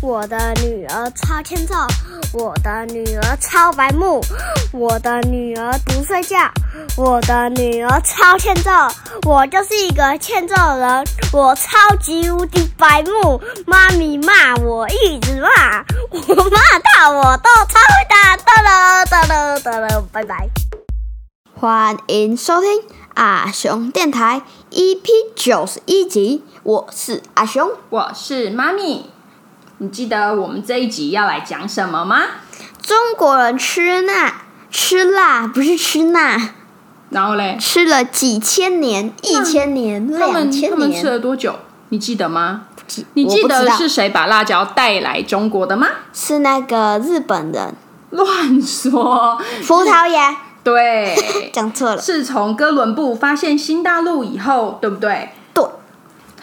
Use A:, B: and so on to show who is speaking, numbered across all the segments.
A: 我的女儿超欠揍，我的女儿超白目，我的女儿不睡觉，我的女儿超欠揍，我就是一个欠揍人，我超级无敌白目，妈咪骂我一直骂，我骂到我都超会打，哒了哒了哒了，拜拜。
B: 欢迎收听阿雄电台 EP 九十一集，我是阿雄。
C: 我是妈咪。你记得我们这一集要来讲什么吗？
B: 中国人吃辣，吃辣不是吃辣，
C: 然后嘞，
B: 吃了几千年、一千年、
C: 他
B: 两
C: 们他
B: 千
C: 们吃
B: 年。
C: 了多久？你记得吗？
B: 记
C: 你
B: 我
C: 记
B: 不知
C: 得
B: 道
C: 是谁把辣椒带来中国的吗？
B: 是那个日本人，
C: 乱说，
B: 葡萄牙，
C: 对，
B: 讲错了。
C: 是从哥伦布发现新大陆以后，对不对？
B: 对，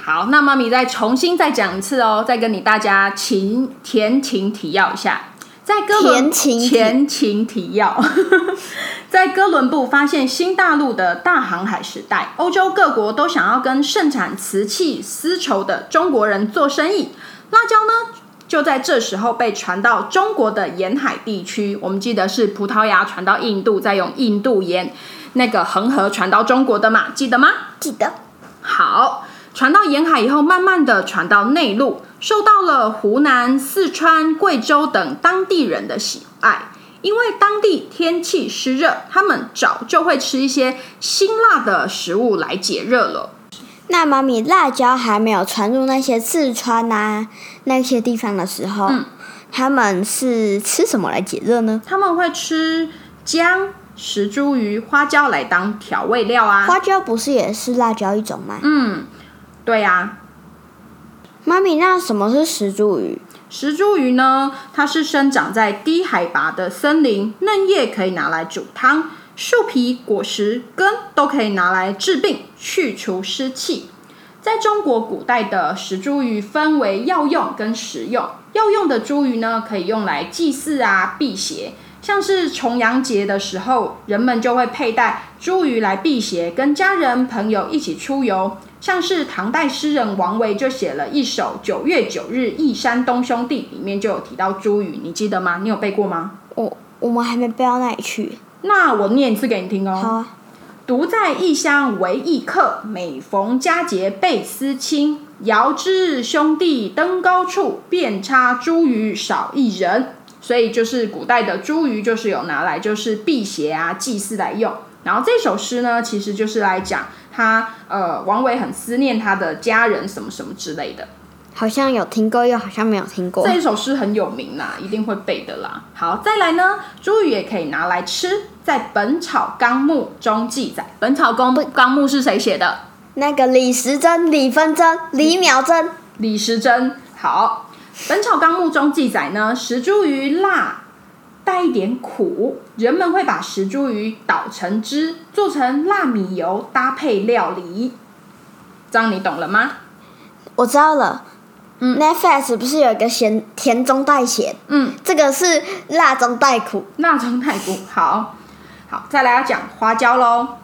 C: 好，那妈咪再重新再讲一次哦，再跟你大家情前情提要一下，在哥
B: 前
C: 伦
B: 情提
C: 前情提要， 在哥伦布发现新大陆的大航海时代，欧洲各国都想要跟盛产瓷器丝绸的中国人做生意，辣椒呢？就在这时候被传到中国的沿海地区，我们记得是葡萄牙传到印度，再用印度沿那个恒河传到中国的嘛，记得吗？
B: 记得
C: 好，传到沿海以后，慢慢的传到内陆，受到了湖南、四川、贵州等当地人的喜爱。因为当地天气湿热，他们早就会吃一些辛辣的食物来解热了。
B: 那妈咪辣椒还没有传入那些四川啊那些地方的时候，他们是吃什么来解热呢？
C: 他们会吃姜、石茱萸、花椒来当调味料啊。
B: 花椒不是也是辣椒一种吗？
C: 嗯，对呀、
B: 妈咪，那什么是石柱鱼？
C: 石茱萸呢，它是生长在低海拔的森林，嫩叶可以拿来煮汤，树皮、果实、根都可以拿来治病，去除湿气。在中国古代的石茱萸分为药用跟食用。药用的茱萸呢，可以用来祭祀啊、辟邪，像是重阳节的时候，人们就会佩戴茱萸来辟邪，跟家人朋友一起出游。像是唐代诗人王维就写了一首《九月九日忆山东兄弟》，里面就有提到茱萸，你记得吗？你有背过吗？
B: 我我们还没背到那里去。
C: 那我念一次给你听哦。
B: 好啊，
C: 独在异乡为异客，每逢佳节倍思亲。遥知兄弟登高处，遍插茱萸少一人。所以就是古代的茱萸，就是有拿来就是辟邪啊、祭祀来用。然后这首诗呢，其实就是来讲他呃，王维很思念他的家人什么什么之类的。
B: 好像有听过，又好像没有听过。
C: 这一首诗很有名啦，一定会背的啦。好，再来呢，茱萸也可以拿来吃，在《本草纲目》中记载，《本草纲目》纲目是谁写的？
B: 那个李时珍、李纷珍、李淼珍，
C: 李时珍。好，《本草纲目》中记载呢，石茱萸辣带一点苦，人们会把石茱萸捣成汁，做成辣米油搭配料理。这样你懂了吗？
B: 我知道了。Netflix 嗯不是有一个咸甜中带咸，
C: 嗯，
B: 这个是辣中带苦。
C: 辣中太苦。好，好，再来要讲花椒喽。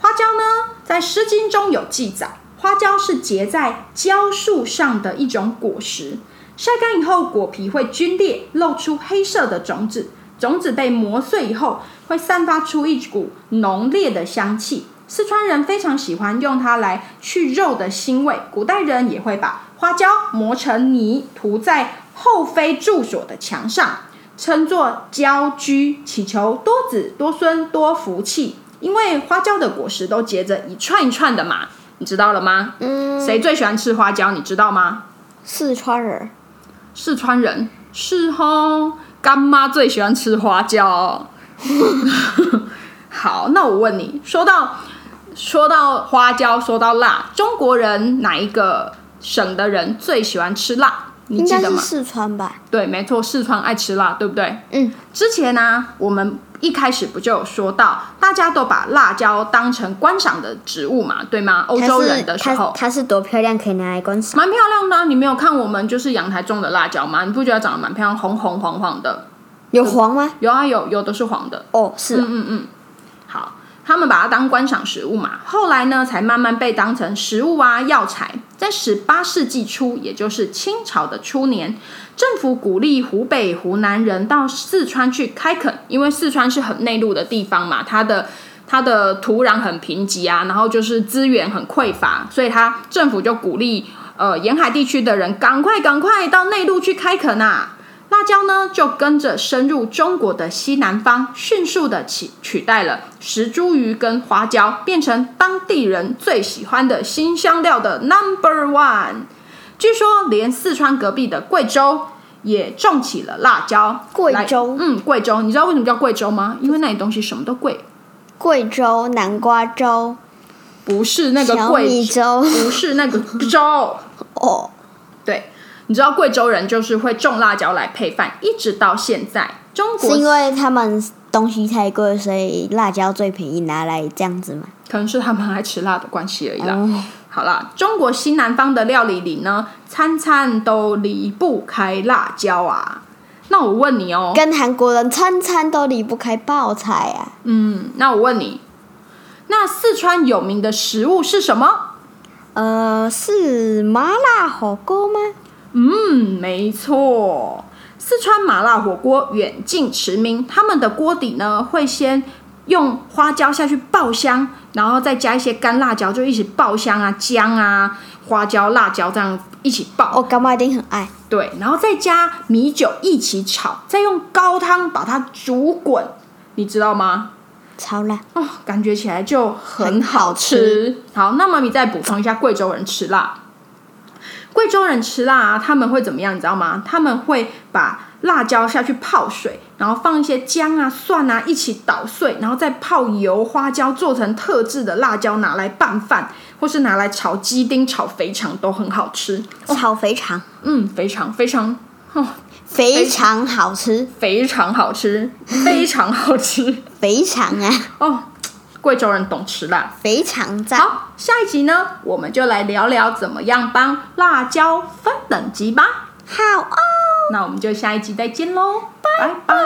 C: 花椒呢，在《诗经》中有记载，花椒是结在蕉树上的一种果实，晒干以后果皮会皲裂，露出黑色的种子，种子被磨碎以后会散发出一股浓烈的香气。四川人非常喜欢用它来去肉的腥味，古代人也会把花椒磨成泥，涂在后妃住所的墙上，称作交居，祈求多子多孙多福气。因为花椒的果实都结着一串一串的嘛，你知道了吗？
B: 嗯，
C: 谁最喜欢吃花椒？你知道吗？
B: 四川人
C: 四川人是吼，干妈最喜欢吃花椒。 好，那我问你，说到说到花椒，说到辣，中国人哪一个省的人最喜欢吃辣？你
B: 应
C: 记
B: 该
C: 得
B: 是
C: 吗？
B: 四川吧？
C: 对，没错，四川爱吃辣，对不对？
B: 嗯，
C: 之前呢、我们一开始不就有说到，大家都把辣椒当成观赏的植物嘛，对吗？
B: 嗯
C: 欧洲人的时
B: 它是它
C: 候，
B: 它是多漂亮，可以拿来观赏。
C: 蛮漂亮的啊、你没有看我们就是阳台种的辣椒吗？你不觉得长得蛮漂亮，红红黄黄的？
B: 有黄吗？
C: 有啊有，有的是黄的。
B: 哦，是哦
C: 嗯嗯嗯，好。他们把它当观赏食物嘛。后来呢，才慢慢被当成食物啊、药材。在十八世纪初，也就是清朝的初年，政府鼓励湖北、湖南人到四川去开垦，因为四川是很内陆的地方嘛，它的它的土壤很贫瘠啊，然后就是资源很匮乏，所以它政府就鼓励呃沿海地区的人赶快赶快到内陆去开垦啊。辣椒呢，就跟着深入中国的西南方，迅速的取取代了石茱萸跟花椒，变成当地人最喜欢的新香料的 Number One。据说连四川隔壁的贵州也种起了辣椒。
B: 贵
C: 来
B: 州
C: 嗯，贵州，你知道为什么叫贵州吗？因为那里东西什么都贵，
B: 贵州南瓜粥、
C: 不是那个
B: 小米
C: 贵，
B: 粥
C: 不是那个州。
B: 哦，
C: 对，你知道贵州人就是会种辣椒来配饭，一直到现在。中国
B: 是因为他们东西太贵，所以辣椒最便宜，拿来这样子嘛。
C: 可能是他们爱吃辣的关系而已啦。
B: 哦
C: 好啦，中国西南方的料理里呢，餐餐都离不开辣椒啊。那我问你哦，
B: 跟韩国人餐餐都离不开爆菜啊，
C: 嗯，那我问你，那四川有名的食物是什么？
B: 呃，是麻辣火锅吗？
C: 嗯，没错，四川麻辣火锅远近驰名。他们的锅底呢，会先用花椒下去爆香，然后再加一些干辣椒，就一起爆香啊，姜啊、花椒、辣椒这样一起爆。
B: 我干妈一定很爱。
C: 对，然后再加米酒一起炒，再用高汤把它煮滚，你知道吗？
B: 超辣，
C: 哦，感觉起来就很
B: 很
C: 好
B: 好
C: 吃。好，那么你再补充一下贵州人吃辣。贵州人吃辣、啊，他们会怎么样？你知道吗？他们会把辣椒下去泡水，然后放一些姜啊、蒜啊一起捣碎，然后再泡油、花椒，做成特制的辣椒，拿来拌饭，或是拿来炒鸡丁、炒肥肠都很好吃。
B: 炒肥肠，
C: 嗯，肥肠非常哦，
B: 肥肠好吃，
C: 非常好吃，非常好吃
B: 肥肠啊，
C: 哦！贵州人懂吃辣。
B: 肥肠赞。
C: 好，下一集呢，我们就来聊聊怎么样帮辣椒分等级吧。
B: 好啊。
C: 那我们就下一集再见喽，拜拜。